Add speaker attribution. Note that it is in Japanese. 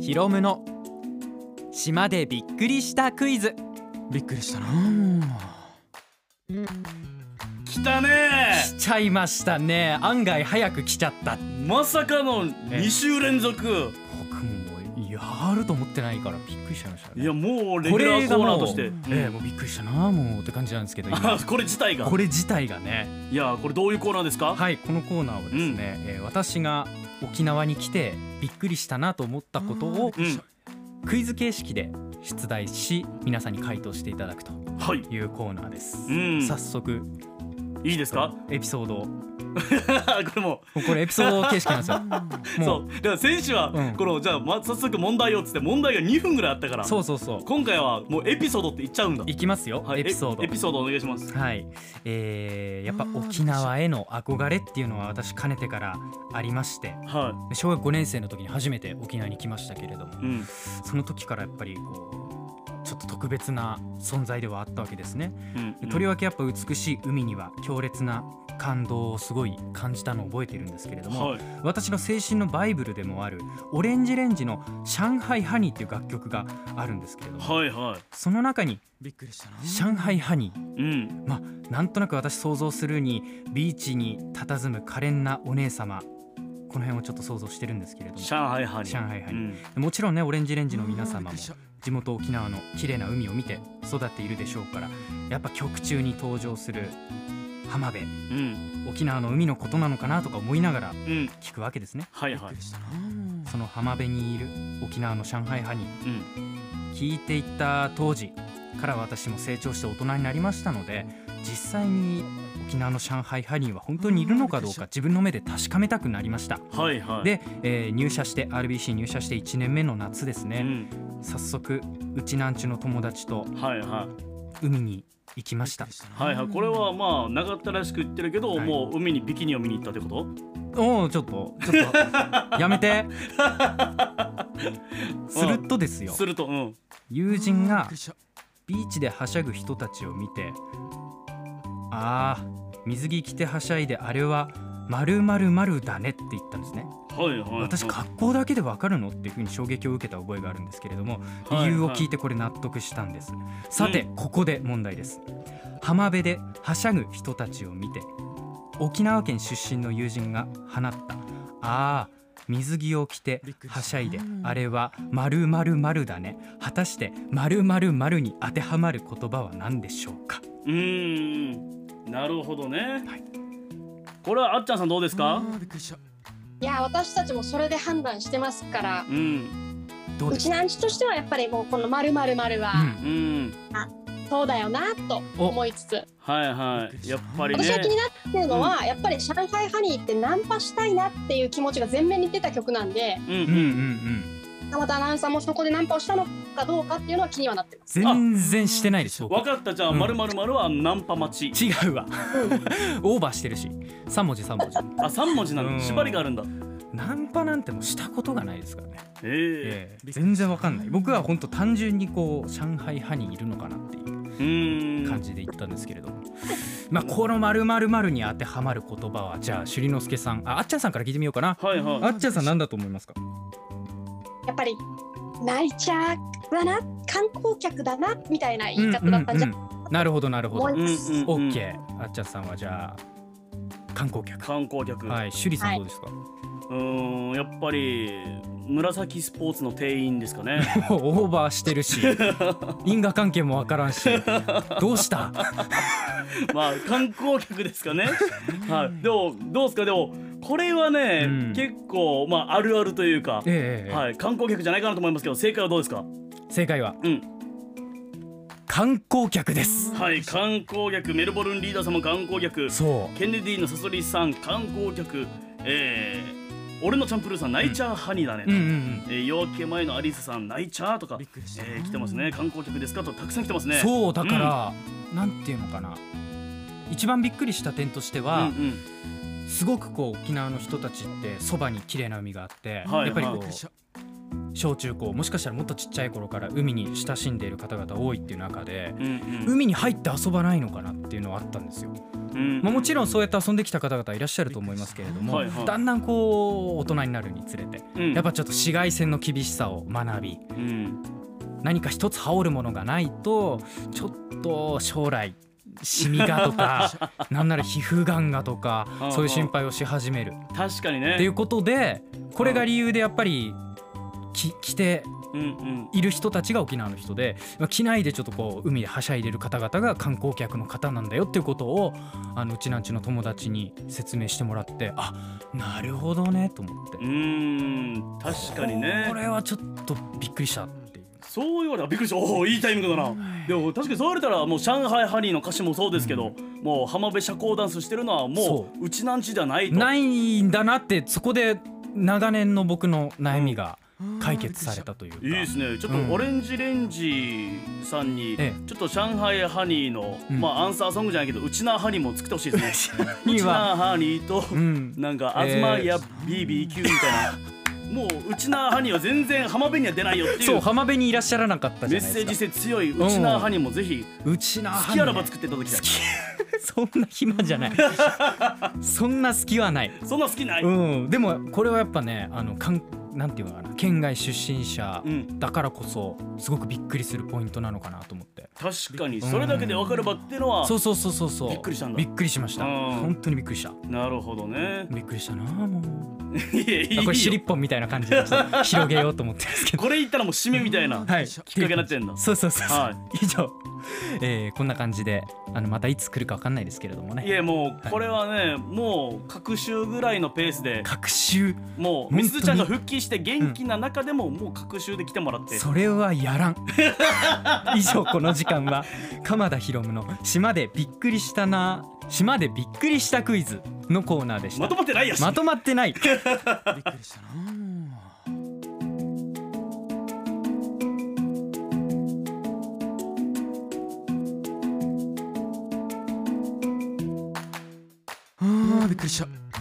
Speaker 1: ひろむの島でびっくりしたクイズびっくりしたなも
Speaker 2: 来たね
Speaker 1: う来ちゃいましたね案外早く来ちゃった
Speaker 2: まさかの2週連続
Speaker 1: 僕もやると思ってないからびっくりしちゃいましたね
Speaker 2: いやもうレギ
Speaker 1: こ
Speaker 2: ュラ
Speaker 1: れ
Speaker 2: ー
Speaker 1: が
Speaker 2: コ
Speaker 1: も
Speaker 2: ーナ
Speaker 1: う
Speaker 2: ーとして
Speaker 1: ええもうびっくりしたなもうって感じなんですけど今
Speaker 2: あこれ自体が
Speaker 1: これ自体がね
Speaker 2: いやこれどういうコーナーですか
Speaker 1: はいこのコーナーはですね、えー私が沖縄に来てびっくりしたなと思ったことを
Speaker 2: うん
Speaker 1: クイズ形式で出題し皆さんに回答していただくと
Speaker 2: はい
Speaker 1: いうコーナーです、
Speaker 2: うん
Speaker 1: 早速
Speaker 2: いいですか
Speaker 1: エピソードをも
Speaker 2: これも
Speaker 1: うこれエピソード形式なんですよも
Speaker 2: そううだから選手は
Speaker 1: うん
Speaker 2: このじゃあま早速問題をっつって問題が2分ぐらいあったから
Speaker 1: そうそうそう
Speaker 2: 今回はもうエピソードって言っちゃうんだ
Speaker 1: いきますよ、
Speaker 2: はい
Speaker 1: エピソード
Speaker 2: エピソードお願いします
Speaker 1: はい、えー、やっぱ沖縄への憧れっていうのは私かねてからありまして
Speaker 2: は
Speaker 1: 小学5年生の時に初めて沖縄に来ましたけれども
Speaker 2: いうん
Speaker 1: その時からやっぱりこうちょっと特別な存在ではあったわけですね
Speaker 2: うん
Speaker 1: とりわけやっぱ美しい海には強烈な感動をすごい感じたのを覚えているんですけれども、
Speaker 2: はい
Speaker 1: 私の青春のバイブルでもあるオレンジレンジの「上海ハニー」っていう楽曲があるんですけれども
Speaker 2: はいは
Speaker 1: その中に「びっくりしたな上海ハニー」
Speaker 2: いうん
Speaker 1: まあなんとなく私想像するにビーチに佇む可憐なお姉様この辺をちょっと想像してるんですけれども
Speaker 2: 上海ハニー
Speaker 1: 上海ハニー
Speaker 2: うん
Speaker 1: もちろんねオレンジレンジの皆様も地元沖縄の綺麗な海を見て育っているでしょうからやっぱ曲中に登場する浜辺
Speaker 2: うん
Speaker 1: 沖縄の海のことなのかなとか思いながら
Speaker 2: うん
Speaker 1: 聞くわけですね
Speaker 2: はいはい
Speaker 1: その浜辺にいる沖縄の上海派に
Speaker 2: うん
Speaker 1: 聞いていった当時から私も成長して大人になりましたので実際に沖縄の上海ハニーは本当にいるのかどうか自分の目で確かめたくなりました
Speaker 2: はいはい
Speaker 1: で、えー入社して RBC 入社して1年目の夏です
Speaker 2: う
Speaker 1: ね
Speaker 2: ん
Speaker 1: 早速うちなんちゅの友達と
Speaker 2: はいはい
Speaker 1: 海に行きました
Speaker 2: はいはい、これはまあ長ったらしく言ってるけど、
Speaker 1: はい
Speaker 2: もう海にビキニを見に行ったってこと
Speaker 1: おおちょっとちょっとやめ てするとですよ
Speaker 2: すると、うん、
Speaker 1: 友人がビーチではしゃぐ人たちを見てあー水着着てはしゃいであれは〇〇〇だねって言ったんですね
Speaker 2: はいはい、はい、
Speaker 1: 私格好だけでわかるのっていうふうに衝撃を受けた覚えがあるんですけれども理由を聞いてこれ納得したんですさてここで問題です浜辺ではしゃぐ人たちを見て沖縄県出身の友人が放ったあー水着を着てはしゃいであれは〇〇〇だね果たして〇〇〇に当てはまる言葉は何でしょうか
Speaker 2: うーんなるほどね、
Speaker 1: はい
Speaker 2: これはあっちゃんさんどうですか
Speaker 3: いや私たちもそれで判断してますから
Speaker 2: うん
Speaker 1: どう
Speaker 3: う
Speaker 1: です
Speaker 3: ち
Speaker 1: か
Speaker 3: なんちとしてはやっぱりもうこの〇〇〇
Speaker 1: う
Speaker 3: は
Speaker 1: ん
Speaker 2: うん
Speaker 3: そうだよなと思いつつ、
Speaker 2: はいはいやっぱりね
Speaker 3: 私が気になってるのは、やっぱり上海ハニーってナンパしたいなっていう気持ちが前面に出た曲なんで
Speaker 2: うん
Speaker 1: うんうんう
Speaker 2: うん
Speaker 1: ん
Speaker 3: またアナウンサーもそこでナンパをしたのかどうかっていうのは気にはなってます。
Speaker 1: 全然してないでしょ
Speaker 2: 分かったじゃあ、
Speaker 1: うん
Speaker 2: まるまるまるはナンパ待ち
Speaker 1: 違うわ オーバーしてるし3文字3文字
Speaker 2: あ三文字な
Speaker 1: う
Speaker 2: の
Speaker 1: ん
Speaker 2: 縛りがあるんだ
Speaker 1: ナンパなんてもうしたことがないですからね、え
Speaker 2: え
Speaker 1: え全然わかんない僕は本当単純にこう上海派にいるのかなっていう
Speaker 2: えー、うー
Speaker 1: 感
Speaker 2: ん
Speaker 1: じで言ったんですけれども、まあこの〇〇〇に当てはまる言葉はじゃあ朱里之助さんああっちゃんさんから聞いてみようかな
Speaker 2: はいはい
Speaker 1: あっちゃんさん何だと思いますか
Speaker 3: やっぱり泣いちゃうだな観光客だなみたいな言い方だったんじゃ
Speaker 1: うんうんうんなるほどなるほど
Speaker 3: 思い
Speaker 2: うんうん、うん、
Speaker 1: オッケーあっちゃんさんはじゃあ観光客
Speaker 2: 観光客、
Speaker 1: はい朱里さんどうですか、
Speaker 2: うーんやっぱり紫スポーツの店員ですかね
Speaker 1: オーバーしてる し因果関係もわからんしどう した
Speaker 2: まあ観光客です かね。はい。でもどうですかでもこれはね、
Speaker 1: うん
Speaker 2: 結構まああるあるというか、
Speaker 1: ええええ
Speaker 2: はい観光客じゃないかなと思いますけど正解はどうですか。
Speaker 1: 正解は
Speaker 2: うん。
Speaker 1: 観光客です
Speaker 2: はい観光客メルボルンリーダー様観光客
Speaker 1: そ
Speaker 2: ケンネディのサソリさん観光客、えー、俺のチャンプルーさんナイチャーハニーだね。
Speaker 1: ううんうん
Speaker 2: えー夜明け前のアリスさんナイチャーとか、えー、来てますね観光客ですかとたくさん来てます
Speaker 1: うん
Speaker 2: ね。う。
Speaker 1: そうだから、なんていうのかな一番びっくりした点として
Speaker 2: うんう
Speaker 1: は、
Speaker 2: ん。
Speaker 1: すごくこう沖縄の人たちってそばに綺麗な海があって、
Speaker 2: はい
Speaker 1: やっぱりこ
Speaker 2: は
Speaker 1: う小中高もしかしたらもっとちっちゃい頃から海に親しんでいる方々多いっていう中で、
Speaker 2: うんうん。
Speaker 1: 海に入って遊ばないのかなっていうのはあったんですよ、
Speaker 2: うんうん
Speaker 1: まあ、もちろんそうやって遊んできた方々いらっしゃると思いますけれども、
Speaker 2: はいはい
Speaker 1: だんだんこう大人になるにつれて
Speaker 2: うん
Speaker 1: やっぱちょっと紫外線の厳しさを学び
Speaker 2: うん
Speaker 1: 何か一つ羽織るものがないとちょっと将来シミがと かなんなら皮膚がんがとか
Speaker 2: うん
Speaker 1: そういう心配をし始めるっ
Speaker 2: 確かにね
Speaker 1: ていうことでこれが理由でやっぱりき着て
Speaker 2: うんうん
Speaker 1: いる人たちが沖縄の人でまあ機内でちょっとこう海ではしゃいでる方々が観光客の方なんだよっていうことをあのうちなんちの友達に説明してもらってあなるほどねと思って
Speaker 2: うーん確かにね
Speaker 1: これはちょっとびっくりしたっていう。
Speaker 2: そう言われたらびっくりしたおおいいタイミングだなでも確かにそう言われたらもう「上海ハニー」の歌詞もそうですけど、もう浜辺社交ダンスしてるのはもううちなんちではないと
Speaker 1: ないんだなってそこで長年の僕の悩みが解決されたというか、
Speaker 2: いいですねちょっ
Speaker 1: うん
Speaker 2: とオレンジレンジさんに、
Speaker 1: え
Speaker 2: ちょっと上海ハニーの、
Speaker 1: うん
Speaker 2: まあアンサーソングじゃないけどうちなハニーも作ってほしい ですねう
Speaker 1: いい
Speaker 2: ち
Speaker 1: わ
Speaker 2: なハニーと、
Speaker 1: うん
Speaker 2: なんか
Speaker 1: えー
Speaker 2: 東や BBQ みたいな、もううちなハニーは全然浜辺には出ないよってい
Speaker 1: そう
Speaker 2: う
Speaker 1: 浜辺にいらっしゃらなかったじ
Speaker 2: メ
Speaker 1: ゃ
Speaker 2: ッ
Speaker 1: ない
Speaker 2: セー
Speaker 1: で
Speaker 2: ジ
Speaker 1: すか
Speaker 2: 性強いうちなハニーもぜひ
Speaker 1: うちな
Speaker 2: 好きあらば作っていただきたい
Speaker 1: 好きそんな暇じゃない そんな隙はない、
Speaker 2: そんな好きない、
Speaker 1: うん、でもこれはやっぱねあのかんなんていうのかな県外出身者
Speaker 2: うん
Speaker 1: だからこそすごくびっくりするポイントなのかなと思って
Speaker 2: 確かにそれだけで分かればっていうのは、
Speaker 1: そうそうそうそうそう
Speaker 2: びっくりしたんだ
Speaker 1: びっくりしました
Speaker 2: うん
Speaker 1: 本当にびっくりした
Speaker 2: なるほどね
Speaker 1: びっくりしたなもう。
Speaker 2: いやいい
Speaker 1: あ
Speaker 2: よ
Speaker 1: これ尻っぽんみたいな感じでちょ っと広げようと思ってるんですけど。
Speaker 2: これ言ったらもう締めみたいな、
Speaker 1: はい、
Speaker 2: きっかけになってんだ
Speaker 1: そうそうそうそう、
Speaker 2: はい
Speaker 1: 以上、えー、こんな感じであのまたいつ来るかわかんないですけれども
Speaker 2: い
Speaker 1: ね
Speaker 2: やもうこれはね、もう各週ぐらいのペースで
Speaker 1: 各週本
Speaker 2: もう
Speaker 1: 当に
Speaker 2: みすずちゃんが復帰して元気な中でももう各週で来てもらって、
Speaker 1: それはやらん 以上この時間は鎌田博夢の「島でびっくりしたな島でびっくりしたクイズ」のコーナーでした
Speaker 2: まとまってないやし、
Speaker 1: まとまってない
Speaker 4: びっくりしたなあーびっくりした